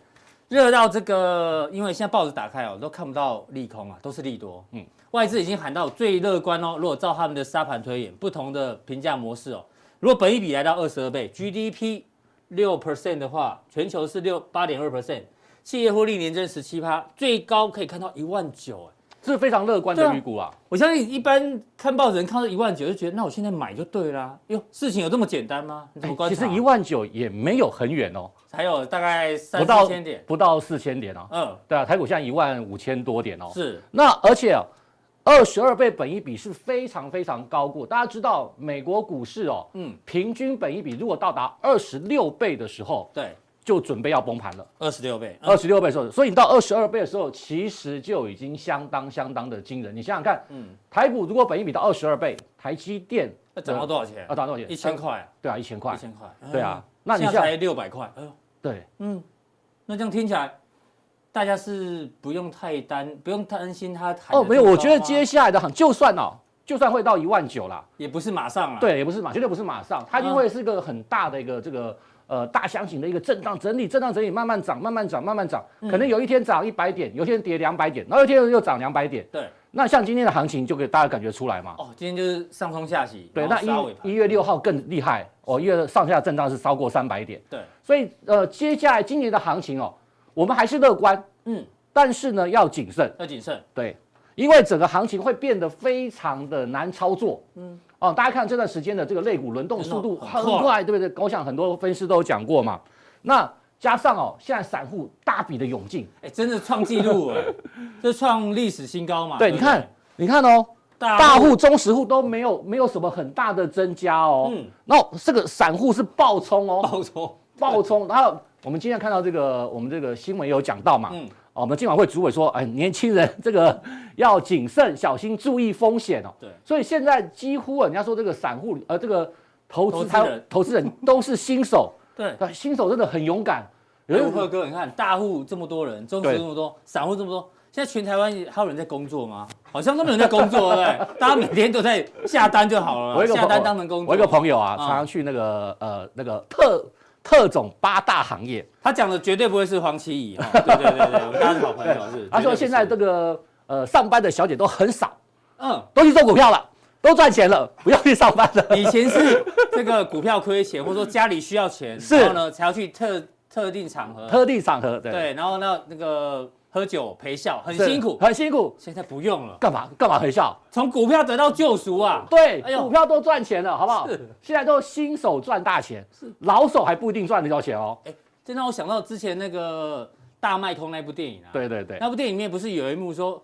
A: 热到这个，因为现在报纸打开哦，都看不到利空啊，都是利多。嗯，外资已经喊到最乐观哦。如果照他们的沙盘推演，不同的评价模式哦，如果本益比来到二十二倍，GDP 六 percent 的话，全球是六八点二 percent，企业获利年增十七趴，最高可以看到一万九。
B: 这是非常乐观
A: 对啊
B: 的预估啊，
A: 我相信一般看报纸人看到一万九就觉得，那我现在买就对啦。哟，事情有这么简单吗？你怎么啊观
B: 哎其
A: 察？
B: 实一万九也没有很远哦，
A: 还有大概三
B: 不到
A: 四千点。
B: 不到四千点哦，
A: 嗯，
B: 对啊，台股现在一万五千多点哦，
A: 是
B: 那而且哦，二十二倍本一比是非常非常高过。大家知道美国股市哦，
A: 嗯
B: 嗯，平均本一比如果到达二十六倍的时候，
A: 对，
B: 就准备要崩盘了。
A: 二十六倍。嗯
B: 二十六倍的时候，所以你到二十二倍的时候，其实就已经相当相当的惊人。你想想看，嗯，台股如果本一比到二十二倍，台积电
A: 那涨到多少钱？
B: 要涨多少钱？
A: 一千，块，
B: 啊对啊，一千
A: 一
B: 块，
A: 千块。哎
B: 对啊那你
A: 现在
B: 像
A: 才六百块，哎呦，
B: 对，
A: 那这样听起来，大家是不用太担，不用担心它喊得
B: 哦，没有，
A: 这么
B: 我
A: 高啊
B: 觉得
A: 吗
B: 接下来的行，就算哦，就算会到一万九啦，
A: 也不是马上啊了。，
B: 对，也不是马，绝对不是马上，它一定
A: 嗯
B: 会是一个很大的一个这个呃大箱型的一个震荡整理，震荡整理慢慢涨，慢慢涨，慢慢涨，
A: 嗯
B: 可能有一天涨一百点，有一天跌两百点，然后有一天又涨两百点。
A: 对，
B: 那像今天的行情就给大家感觉出来嘛。
A: 哦，今天就是上冲下洗，
B: 对，
A: 然
B: 那
A: 后杀尾
B: 一一
A: 盘，
B: 月六号更厉害哦，一月上下震荡是超过三百点，
A: 对，
B: 所以呃，接下来今年的行情哦，我们还是乐观，
A: 嗯，
B: 但是呢要谨慎。
A: 要谨慎。
B: 对，因为整个行情会变得非常的难操作。嗯，哦，大家看这段时间的这个类股轮动速度
A: 真的很
B: 很
A: 快
B: 快，对不对？我想很多分析师都有讲过嘛。那加上哦，现在散户大笔的涌进，
A: 哎，真的创纪录 哎，这创历史新高嘛？
B: 对，
A: 不
B: 你看，你看哦，大
A: 户
B: 户、中实户都没有没有什么很大的增加哦。
A: 嗯
B: 嗯，那这个散户是暴 冲哦，
A: 爆冲，
B: 暴冲。然后我们今天看到这个，我们这个新闻有讲到嘛，
A: 嗯
B: 哦，我们今晚会主委说，哎，年轻人这个要谨慎、小心、注意风险哦。
A: 对
B: 所以现在几乎啊人家说这个散户呃，这个投
A: 投
B: 资
A: 资
B: 他
A: 人
B: 投资人都是新手，
A: 对。哎
B: 对，新手真的很勇敢。有
A: 刘
B: 人
A: 贺哥，你看大户这么多人，中实
B: 对
A: 这么多，散户这么多，现在全台湾还有人在工作吗？好像都没有人在工作，对不对？大家每天都在下单就好了
B: 我
A: 啦，
B: 有一个
A: 下单
B: 朋
A: 当成工作。
B: 我有一个朋友啊，
A: 嗯
B: 常常去那个呃那个特特种八大行业，
A: 他讲的绝对不会是黄奇怡哈，对对对对，我们大家是好朋友，是。绝对不
B: 他说
A: 是
B: 啊现在这个呃上班的小姐都很少，
A: 嗯，
B: 都去做股票了，都赚钱了，不要去上班 了。
A: 以前是这个股票亏钱，或者说家里需要钱，
B: 是
A: 然后呢才要去特特定场合，
B: 特定场合，对
A: 对，然后那那个喝酒陪笑，很
B: 是
A: 辛苦。
B: 很辛苦，
A: 现在不用了，
B: 干嘛干嘛很笑？
A: 从股票得到救赎啊！
B: 对，
A: 哎呦
B: 股票都赚钱了，好不好
A: 是？
B: 现在都新手赚大钱，老手还不一定赚得到钱哦。
A: 这让我想到之前那个大卖空那部电影啊。
B: 对对对，
A: 那部电影里面不是有一幕说，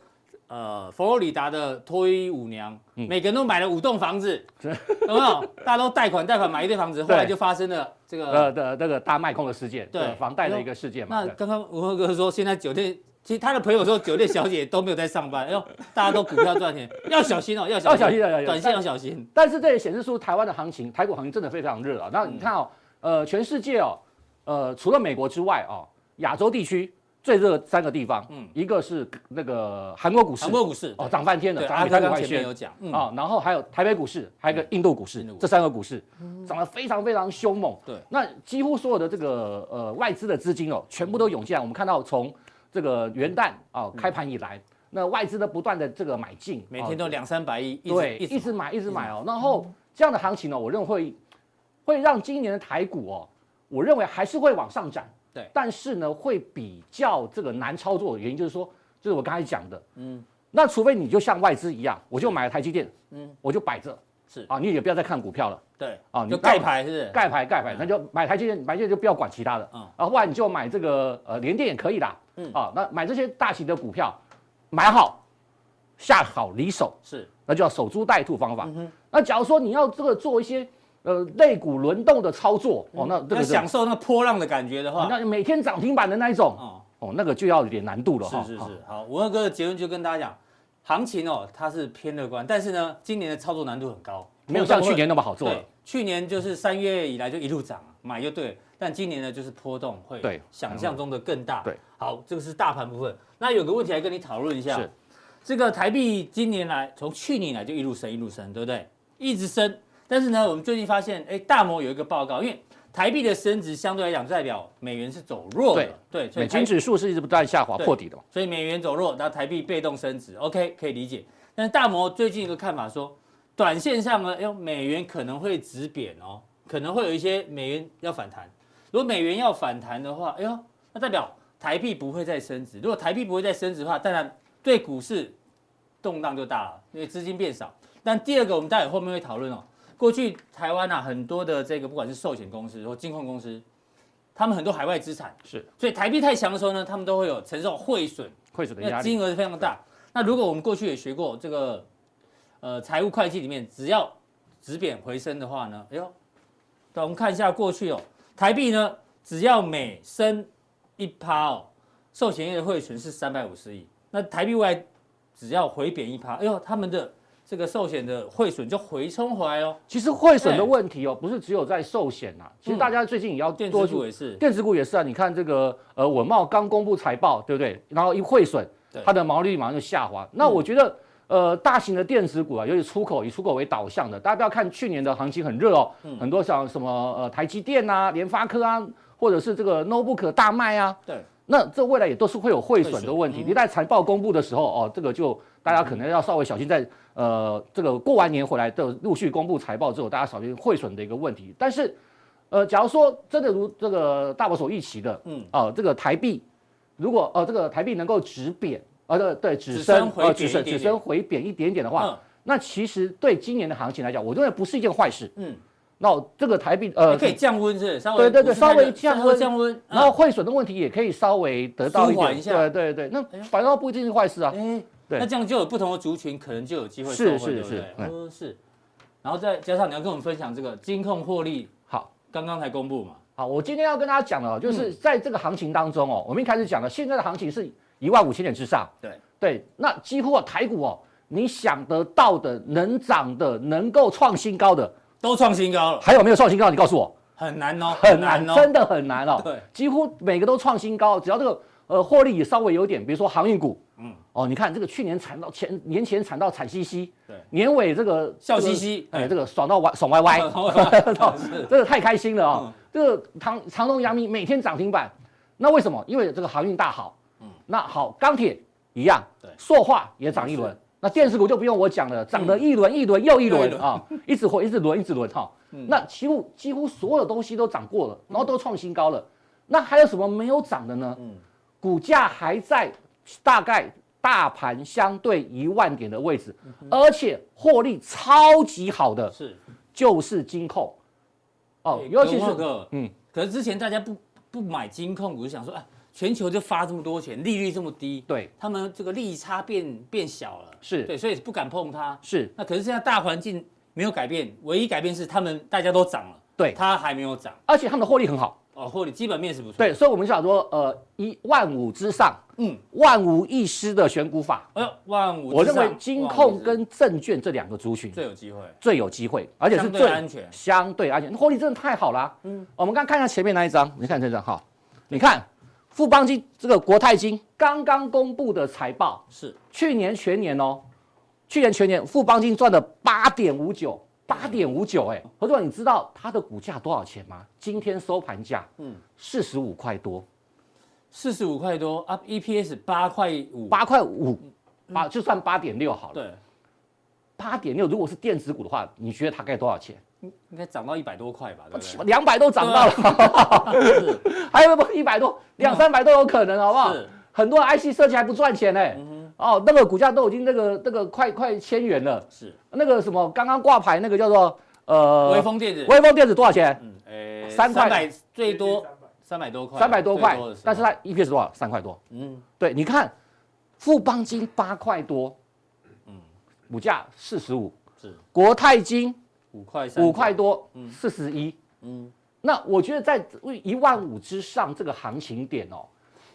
A: 呃，佛罗里达的脱衣舞娘，
B: 嗯
A: 每个人都买了五栋房 子，有没有？大家都贷款贷款买一堆房子，后
B: 对
A: 来就发生了这个。
B: 呃的那个大卖空的事件，
A: 对
B: 呃房贷的一个事件嘛。
A: 那
B: 对
A: 刚刚吴赫哥说，现在酒店，其实他的朋友说酒店小姐都没有在上班，哎呦，大家都股票赚钱，要小心哦，要小
B: 要
A: 心，
B: 小心，要小心。
A: 短线要小心。
B: 但是这也显示出台湾的行情，台股行情真的非常热啊。那
A: 嗯
B: 你看哦，呃，全世界哦，呃，除了美国之外哦，亚洲地区最热的三个地方，
A: 嗯
B: 一个是那个韩国股市
A: 韩，啊国股市
B: 哦，涨翻天了，
A: 对，
B: 涨
A: 阿
B: 比
A: 哥
B: 台股
A: 刚
B: 还
A: 前面
B: 先
A: 有讲，嗯，
B: 啊，然后还有台北股市，还有一个印度股市
A: 印度股，市嗯
B: 这三个股市涨得非常非常凶猛。
A: 对嗯
B: 那几乎所有的这个呃外资的资金哦，全部都涌进来。我们看到从这个元旦啊开盘以来，那外资呢不断的这个买进，
A: 嗯每
B: 啊
A: 天都两三百亿，一直
B: 对，
A: 一
B: 一
A: 直
B: 直买，一直买哦。然后这样的行情呢，我认为会会让今年的台股哦，我认为还是会往上涨。
A: 对
B: 但是呢，会比较这个难操作的原因就是说，就是我刚才讲的，
A: 嗯
B: 嗯，那除非你就像外资一样，我就买了台积电，
A: 嗯
B: 嗯，我就摆着，
A: 是
B: 啊，你也不要再看股票了，
A: 对，
B: 啊你
A: 就盖牌是不是？
B: 盖牌盖牌，那就买台积电，买台积电就不要管其他的，
A: 嗯
B: 啊，不然你就买这个呃联电也可以啦，
A: 嗯
B: 嗯，啊，那买这些大型的股票，买好，下好离手，
A: 是，
B: 那就叫守株待兔方法。
A: 嗯
B: 那假如说你要这个做一些呃类股轮动的操作，哦，那这
A: 嗯要
B: 个是
A: 享受那个波浪的感觉的话，
B: 哦那每天涨停板的那一种，
A: 哦，
B: 哦，那个就要有点难度了哈。哦
A: 是是
B: 好
A: 是，好，文二哥的结论就跟大家讲，行情哦，它是偏乐观，但是呢，今年的操作难度很高，
B: 没有像去年那么好做
A: 对
B: 了。，
A: 去年就是三月以来就一路涨，买就对了，但今年呢就是波动会
B: 对
A: 想象中的更大。
B: 对，
A: 好，这个是大盘部分。那有个问题来跟你讨论一下
B: 是，
A: 这个台币今年来从去年以来就一路升一路升，对不对？一直升，但是呢，我们最近发现，哎，大摩有一个报告，因为台币的升值相对来讲代表美元是走弱的，对，所以
B: 美
A: 台
B: 金指数是一直不断下滑
A: 对
B: 破底的嘛，
A: 所以美元走弱，然后台币被动升值，OK 可以理解。但是大摩最近一个看法说，短线上呢，哎，美元可能会止贬哦，可能会有一些美元要反弹。如果美元要反弹的话，哎呦，那代表台币不会再升值。如果台币不会再升值的话，当然对股市动荡就大了，因为资金变少。但第二个，我们待会后面会讨论哦。过去台湾啊，很多的这个不管是寿险公司或金控公司，他们很多海外资产
B: 是，
A: 所以台币太强的时候呢，他们都会有承受汇损，
B: 会损的
A: 那
B: 压
A: 金
B: 力。
A: 额是非常大。那如果我们过去也学过这个，呃，财务会计里面，只要止贬回升的话呢，哎呦，对，我们看一下过去哦，台币呢，只要每升一趴哦，寿险业的汇损是三百五十亿，那台币未来只要回贬一趴，哎呦，他们的这个寿险的汇损就回冲回来哦，
B: 其实汇损的
A: 对嗯
B: 问题哦，不是只有在寿险呐，其实大家最近也要
A: 电
B: 多
A: 子
B: 去
A: 股也是，
B: 电子股也是啊，你看这个呃，稳茂刚公布财报，对不对？然后一汇损
A: 对，嗯
B: 它的毛利率马上就下滑。那我觉得呃，大型的电子股啊，尤其出口以出口为导向的，大家不要看去年的行情很热哦，
A: 嗯
B: 很多像什么呃台积电啊、联发科啊，或者是这个 notebook 大卖啊，
A: 对，
B: 那这未来也都是会有汇
A: 汇
B: 损的
A: 损嗯
B: 问题。你在财报公布的时候哦，这个就大家可能要稍微小心在，呃这个过完年回来的陆续公布财报之后，大家小心汇损的一个问题。但是，呃，假如说真的如这个大伯所预期的，
A: 嗯
B: 嗯，哦、这个台币如果呃这个台币能够止贬，呃对对，
A: 只
B: 只
A: 升
B: 升
A: 回
B: 呃
A: 贬
B: 只
A: 一
B: 升
A: 点
B: 只
A: 点
B: 升回贬一点点的话，
A: 嗯
B: 那其实对今年的行情来讲，我认为不是一件坏事。
A: 嗯，
B: 那这个台币呃
A: 也可以降温是不是稍微
B: 对对对
A: 不是太热
B: 稍微降温
A: 降温，
B: 然后汇损的问题也可以稍微得到一
A: 舒缓
B: 点，
A: 一下
B: 对对对，
A: 哎
B: 那
A: 呦
B: 反倒不一定是坏事啊。
A: 哎，
B: 对
A: 那这样就有不同的族群可能就有机会受惠，对
B: 是是
A: 不
B: 是
A: 对？
B: 嗯
A: 嗯，是。然后再加上你要跟我们分享这个金控获利，
B: 好，
A: 刚刚才公布嘛，
B: 好，我今天要跟大家讲的哦，就是
A: 嗯
B: 在这个行情当中哦，我们一开始讲了，现在的行情是一万五千点之上，
A: 对
B: 对，那几乎哦台股哦，你想得到的、能涨的、能够创新高的，
A: 都创新高了，
B: 还有没有创新高？你告诉我，
A: 很难哦，
B: 很难，
A: 哦，
B: 真的很难哦。
A: 对，
B: 几乎每个都创新高，只要这个呃获利也稍微有点，比如说航运股，
A: 嗯
B: 嗯，哦，你看这个去年惨到前年前惨到惨兮兮，
A: 对
B: 年尾这个
A: 笑嘻嘻
B: 这
A: 哎
B: 个哎，这个爽 到歪爽歪 歪，
A: 是
B: 真的太开心了
A: 嗯
B: 啊、这个长长隆、阳明每天涨停板，那为什么？因为这个航运大好。那好，钢铁一样，
A: 嗯对
B: 塑化也涨一轮。那电子股就不用我讲了，涨
A: 嗯
B: 了一轮一轮又一
A: 又一
B: 轮
A: 轮
B: 啊，一直回一直轮一直轮哈。
A: 嗯
B: 那几乎几乎所有东西都涨
A: 嗯
B: 过了，然后都创新高了。那还有什么没有涨的呢？股价还在大概大盘相对一万点的位置，
A: 嗯
B: 而且获利超级好的
A: 是
B: 就是金控，哦，
A: 对
B: 尤其
A: 格
B: 是
A: 沃克
B: 嗯，
A: 可是之前大家不不买金控股，就想说啊，全球就发这么多钱，利率这么低，
B: 对，
A: 他们这个利差变变小了，
B: 是
A: 对，所以不敢碰它。
B: 是，
A: 那可是现在大环境没有改变，唯一改变是他们大家都涨了，
B: 对，
A: 它还没有涨
B: 而且他们的获利很好，
A: 哦，或者基本面是不错。
B: 对，，所以我们就想说，呃，一万五之上，
A: 嗯，
B: 万无一失的选股法，
A: 哎呦，万五之上，
B: 我认为金控
A: 万五
B: 跟证券这两个族群
A: 之最有机会，
B: 最有机会，而且是
A: 相对
B: 最
A: 安全
B: 相对安全，获利真的太好啦、嗯，我们刚看一下前面那一张，你看这张哈，你看富邦金这个国泰金刚刚公布的财报，
A: 是
B: 去年全年哦，去年全年富邦金赚了八点五九。八点五九，哎，何总，你知道它的股价多少钱吗？今天收盘价，嗯，四十五块多，
A: 四十五块多啊，EPS 八块五，
B: 八块五，八就算八点六好了。
A: 嗯对，
B: 八点六如果是电子股的话，你觉得它该多少钱？
A: 应该涨到一百多块吧，对不对？
B: 两百都涨到了， 还有不一百多、两三百都有可能，好不好
A: 是？嗯
B: 很多 IC 设计还不赚钱呢、哦，那个股价都已经那个那个快快千元了，
A: 是，
B: 那个什么刚刚挂牌那个叫做呃
A: 微风电子，
B: 微风电子多少钱？
A: 嗯，诶，
B: 呃三块
A: 百最多三百多块，
B: 三百多块
A: 最的时候，
B: 但是它 EPS 多少？三块多。
A: 嗯，
B: 对，你看富邦金八块多，嗯，股价四十五，
A: 是
B: 国泰金
A: 五块三角
B: 五块，多，四十一。
A: 嗯，
B: 那我觉得在一万五之上这个行情点哦，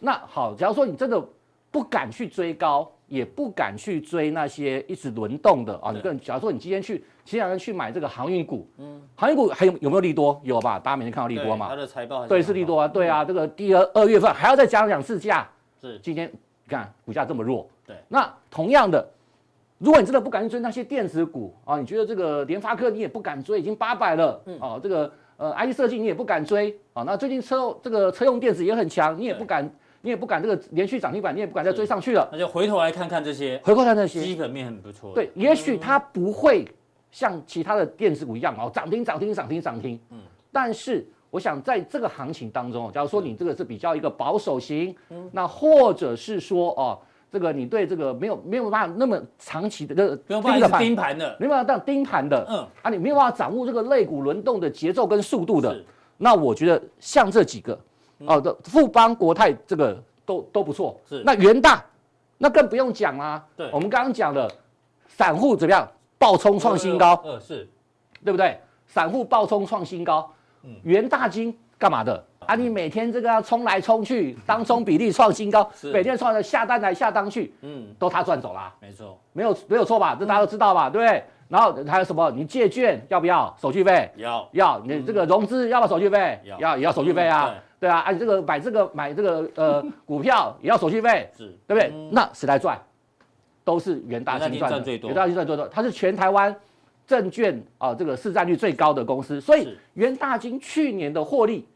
B: 那好，假如说你真的不敢去追高，也不敢去追那些一直轮动的啊，你
A: 对
B: 跟假如说你今天去前两天去买这个航运股，航运股还有有没有利多？有吧？大家每天看到利多
A: 嗯对它
B: 嘛？
A: 的财报还
B: 对，是
A: 很
B: 利
A: 好
B: 多，啊，对啊，这个第二二月份还要再讲两次价，
A: 是
B: 今天你看股价这么弱，
A: 对
B: 那同样的，如果你真的不敢去追那些电子股啊，你觉得这个联发科你也不敢追，已经八百了，啊，这个呃 IC 设计你也不敢追啊，那最近车用这个车用电子也很强，你也不敢，你也不敢这个连续涨停板，你也不敢再追上去了。
A: 那就回头来看看这些
B: 回过头那些
A: 基，本面很不错，
B: 对，，也许它不会像其他的电子股一样哦，涨停涨停涨停涨停，嗯，但是。我想在这个行情当中，假如说你这个是比较一个保守型，
A: 嗯
B: 那或者是说哦，这个你对这个没有没有办法那么长期的这个
A: 不用怕一
B: 盯着
A: 直
B: 盘
A: 盯盘的，
B: 没办法当盯盘的，
A: 嗯
B: 嗯啊，你没有办法掌握这个肋骨轮动的节奏跟速度的
A: 是，嗯
B: 那我觉得像这几个哦的富邦、国泰这个都都不错，
A: 是
B: 那元大那更不用讲啦，
A: 对
B: 我们刚刚讲了，散户怎么样爆冲创新高，
A: 呃，是
B: 对不对？散户爆冲创新高，
A: 嗯
B: 元大金干嘛的？啊，你每天这个要冲来冲去，当冲比例创新高
A: 是，
B: 每天创的下单来下单去，
A: 嗯，
B: 都他赚走啦、
A: 没错，
B: 没有没有错吧？这大家都
A: 嗯
B: 知道吧，对不对？然后还有什么？你借券要不要手续费？
A: 要
B: 要，你这个融资要不要手续费？
A: 嗯要
B: 要也要手续费
A: 嗯
B: 啊，对啊，啊你这个买这个买这个 呃股票也要手续费，
A: 是
B: 对不对？那谁来赚？都是元大
A: 嗯元大金
B: 金赚的
A: 赚最多
B: 元大金赚最多，它是全台湾证券啊、这个市占率最高的公司，所以
A: 是嗯
B: 元大金去年的获利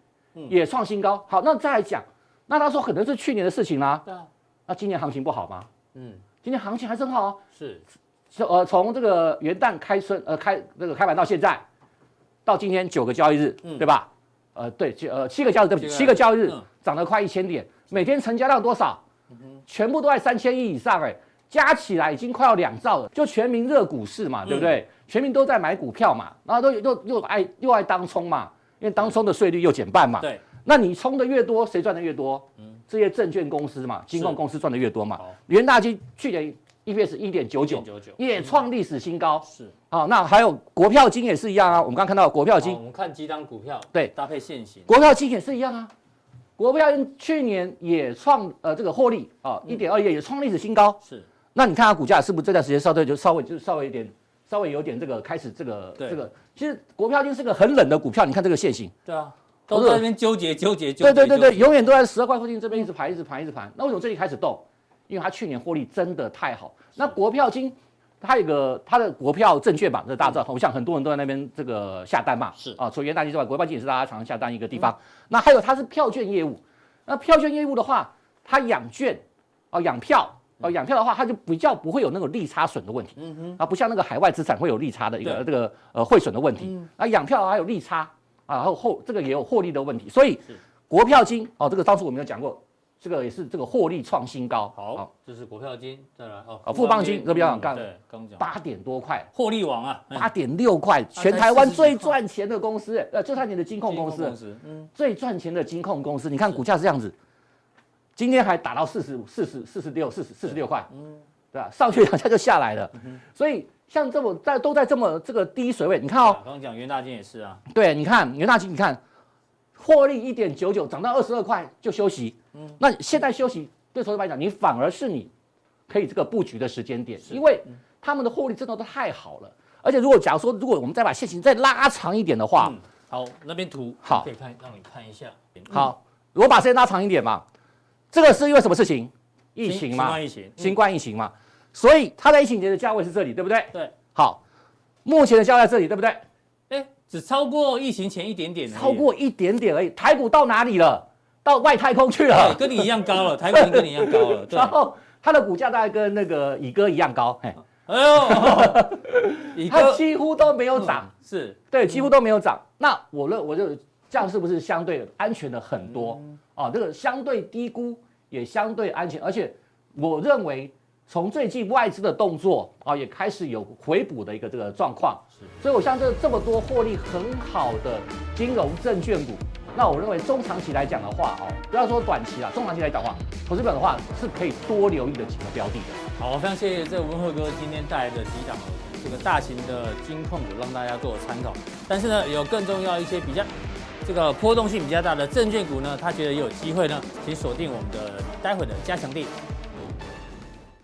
B: 也创新高。好，那再来讲，那他说可能是去年的事情啦、
A: 对啊，
B: 那今年行情不好吗？
A: 嗯，
B: 今年行情还真好、哦。
A: 是
B: 从呃从这个元旦开春呃开那个开盘到现在，到今天九个交易日，对吧？呃对，七呃七个交易日，对不
A: 嗯
B: 起，
A: 七个
B: 七个交易日
A: 嗯
B: 涨了快一千点，每天成交量多少？全部都在三千亿以上哎、加起来已经快要两兆了，就全民热股市嘛，对不对？
A: 嗯
B: 全民都在买股票嘛，然后都又又爱又爱当冲嘛，因为当冲的税率又减半嘛，
A: 对，嗯
B: 那你冲的越多，谁赚的越多？这些证券公司嘛，金控公司赚的越多嘛
A: 好。
B: 元大基去年 EPS 一点九九
A: 1.99，
B: 也创历史新高。
A: 是。
B: 好，那还有国票金也是一样啊，我们刚刚看到国票
A: 好，
B: 金
A: 我，们看几档股票，
B: 对
A: 搭配现行，
B: 国票金也是一样啊。国票金去年也创呃这个获利啊一点二亿，也创历史新高。
A: 是
B: 那你看它股价是不是这段时间稍微就稍微就稍微有点稍微有点这个开始这个
A: 对
B: 这个，其实国票金是个很冷的股票，你看这个线型。
A: 对啊，
B: 投
A: 都
B: 资人
A: 在那边纠结纠结纠
B: 对
A: 结，
B: 对对
A: 纠
B: 对，
A: 结，
B: 永远都在十二块附近这边一直盘，一直盘，一直盘。那为什么最近开始动？因为它去年获利真的太好。那国票金，它有一个它的国票证券榜，这大家知道，我想很多人都在那边这个下单嘛。
A: 是
B: 啊，除了元大金之外，国票金也是大家常常下单一个地方。那还有它是票券业务，那票券业务的话，它养券啊养票。哦，养票的话，它就比较不会有那种利差损的问题，嗯哼，啊，不像那个海外资产会有利差的一
A: 对
B: 个这个呃汇损的问题，啊，养票还有利差啊，然后后这个也有获利的问题，所以国票金哦，这个当初我们有讲过，这个也是这个获利创新高。哦
A: 好，，这是股票金，再来哦
B: 啊，富邦金这边想干
A: 对，刚讲
B: 八点多块，
A: 获利王啊，嗯
B: 八点六块，全台湾最赚钱的公司，呃，就算你的金控公司，
A: 司，嗯，
B: 最赚钱的金控公司，你看股价是这样子，今天还打到四十五、四十四十六、四十四十六块，嗯，对嗯吧？上去两下就下来了，所以像这么在都在这么这个低水位，你看哦
A: 啊，刚讲元大金也是啊，
B: 对，你看元大金，你看获利一点九九，涨到二十二块就休息，
A: 嗯
B: 那现在休息对投资者来讲，你反而是你可以这个布局的时间点，因为
A: 嗯
B: 他们的获利真的都太好了，而且如果假如说如果我们再把线型再拉长一点的话，
A: 嗯，好，那边图
B: 好
A: 可以看，让你看一下，嗯，
B: 好，我把时间拉长一点嘛，这个是因为什么事情？疫
A: 新
B: 情
A: 新
B: 嘛
A: 冠，疫情，嗯
B: 新冠疫情嘛，所以它在疫情前的价位是这里，对不对？
A: 对，
B: 好，目前的价位在这里，对不对？
A: 哎，只超过疫情前一点点而已，
B: 超过一点点而已，台股到哪里了？到外太空去
A: 对，
B: 了。
A: 哎跟你一样高了，台股已经跟你一样高了，对
B: 然，后它的股价大概跟那个乙哥一样高，嘿，
A: 哎呦，一
B: 它
A: 个
B: 几乎都没有
A: 嗯
B: 涨，
A: 是
B: 对，几乎都没有涨。那我认我就这样是不是相对安全的很多啊？这个相对低估也相对安全，而且我认为从最近外资的动作啊，也开始有回补的一个这个状况。所以我像这这么多获利很好的金融证券股，那我认为中长期来讲的话哦，不要说短期啦，中长期来讲的话，投资本的话是可以多留意的几个标的的。
A: 好，非常谢谢这文慧哥今天带来的几档这个大型的金控股，让大家做参考。但是呢，有更重要一些比较这个波动性比较大的证券股呢，他觉得有机会呢，请锁定我们的待会的加强地。